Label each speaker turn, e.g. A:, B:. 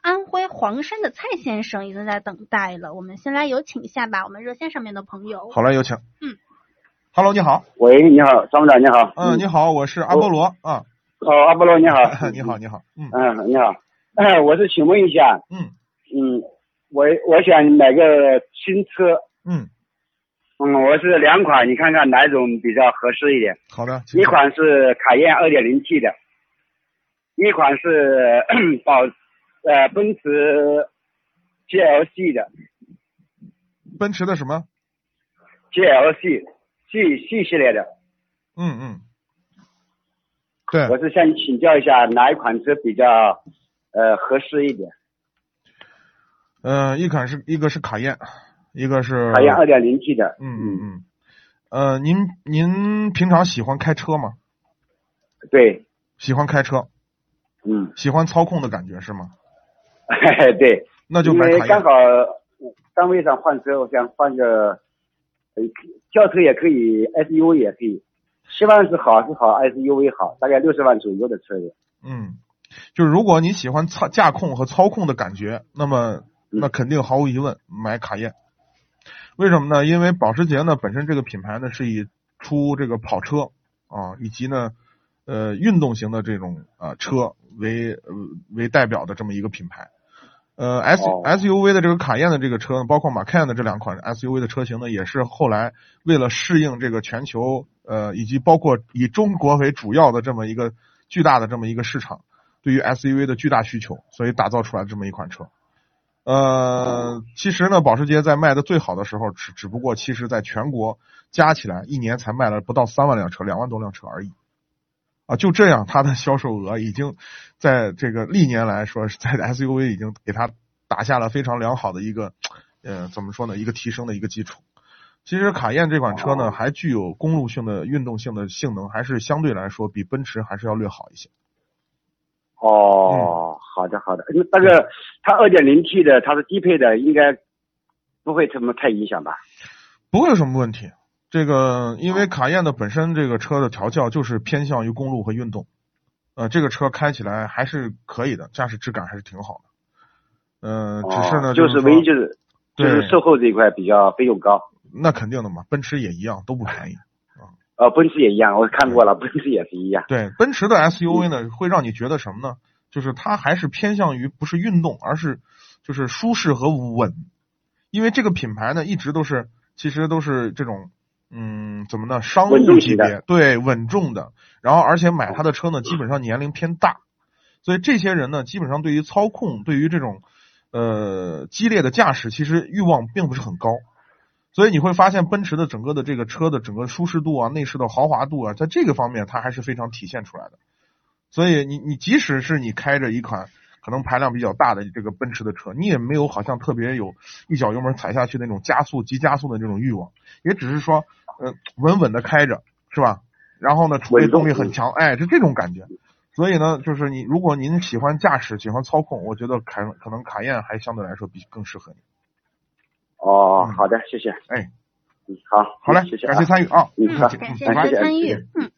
A: 安徽黄山的蔡先生已经在等待了，我们先来有请一下吧，我们热线上面的朋友。
B: 好嘞，有请。
A: 嗯
B: ，Hello，你好。
C: 喂，你好，张部长，你好。
B: 嗯，你好，我是阿波罗啊。。
C: 哦，阿波罗，你好
B: 你好，。你好。嗯
C: 嗯，你好。 哎，我是请问一下，
B: 嗯
C: 嗯，我我想买个新车，
B: 嗯，
C: 嗯，我是两款，你看看哪一种比较合适一点？
B: 好的。请
C: 一款是卡宴二点零 T 的，一款是 宝呃奔驰 GLC 的
B: 奔驰的什么？
C: GLC G G 系列的。
B: 嗯嗯。对，
C: 我是想请教一下哪一款车比较呃合适一点？
B: 嗯、一款是一个是卡宴，一个是
C: 卡宴啊二点零 T 的。
B: 嗯嗯嗯。呃，您您平常喜欢开车吗？
C: 对，
B: 喜欢开车，
C: 嗯。
B: 喜欢操控的感觉是吗？
C: 对，
B: 那就
C: 因
B: 买
C: 为
B: 卡
C: 刚
B: 宴
C: 好。单位上换车，我想换个，呃，轿车也可以，SUV 也可以。七万是好是好，SUV 好，大概六十万左右的车子。
B: 嗯，就是如果你喜欢操驾控和操控的感觉，那么那肯定毫无疑问买卡宴。为什么呢？因为保时捷呢本身这个品牌呢是以出这个跑车啊以及呢呃运动型的这种啊、车为、呃为代表的这么一个品牌。呃，S
C: 哦
B: SUV 的这个卡宴的这个车呢，包括马 can 的这两款 SUV 的车型呢，也是后来为了适应这个全球呃以及包括以中国为主要的这么一个巨大的这么一个市场，对于 SUV 的巨大需求，所以打造出来这么一款车。呃，其实呢，保时捷在卖的最好的时候，只只不过其实在全国加起来一年才卖了不到三万辆车，两万多辆车而已。啊，就这样，它的销售额已经在这个历年来说，在 SUV 已经给它打下了非常良好的一个，呃，怎么说呢，一个提升的一个基础。其实卡宴这款车呢，
C: 哦
B: 还具有公路性的运动性的性能，还是相对来说比奔驰还是要略好一些。嗯
C: 哦，好的好的，因为那个它二点零 T 的，它是低配的，应该不会什么太影响吧？
B: 不会有什么问题。这个因
C: 哦
B: 为卡宴的本身这个车的调教就是偏向于公路和运动，呃，这个车开起来还是可以的，驾驶质感还是挺好的。嗯、只是呢，
C: 哦就是是
B: 说
C: 唯一就是就
B: 对
C: 是售后这一块比较费用高。
B: 那肯定的嘛，奔驰也一样，都不便宜。
C: 呃，奔驰也一样，我看过
B: 嗯
C: 了，奔驰也是一样。
B: 对，奔驰的
C: 嗯
B: SUV 呢，会让你觉得什么呢？就是它还是偏向于不是运动，而是就是舒适和稳。因为这个品牌呢，一直都是其实都是这种嗯怎么呢，商
C: 稳
B: 务
C: 重
B: 级
C: 型的
B: 别，对，稳重的。然后而且买它的车呢，基本上年龄偏大，所以这些人呢，基本上对于操控，对于这种呃激烈的驾驶，其实欲望并不是很高。所以你会发现，奔驰的整个的这个车的整个舒适度啊、内饰的豪华度啊，在这个方面它还是非常体现出来的。所以你你即使是你开着一款可能排量比较大的这个奔驰的车，你也没有好像特别有一脚油门踩下去那种加速、急加速的那种欲望，也只是说，呃，稳稳的开着，是吧？然后呢，储备
C: 稳重嗯
B: 动力很强，哎，是这种感觉。所以呢，就是你如果您喜欢驾驶、喜欢操控，我觉得凯可能卡宴还相对来说比更适合你。
C: 哦
B: 嗯，
C: 好的，谢谢。
B: 哎，
C: 嗯，好，
B: 好嘞，
C: 谢谢啊
B: 感谢参与啊，
C: 嗯，好，
A: 感谢
C: 嗯
A: 您
C: 谢
A: 的
C: 谢
A: 参与
B: 嗯。
A: 嗯，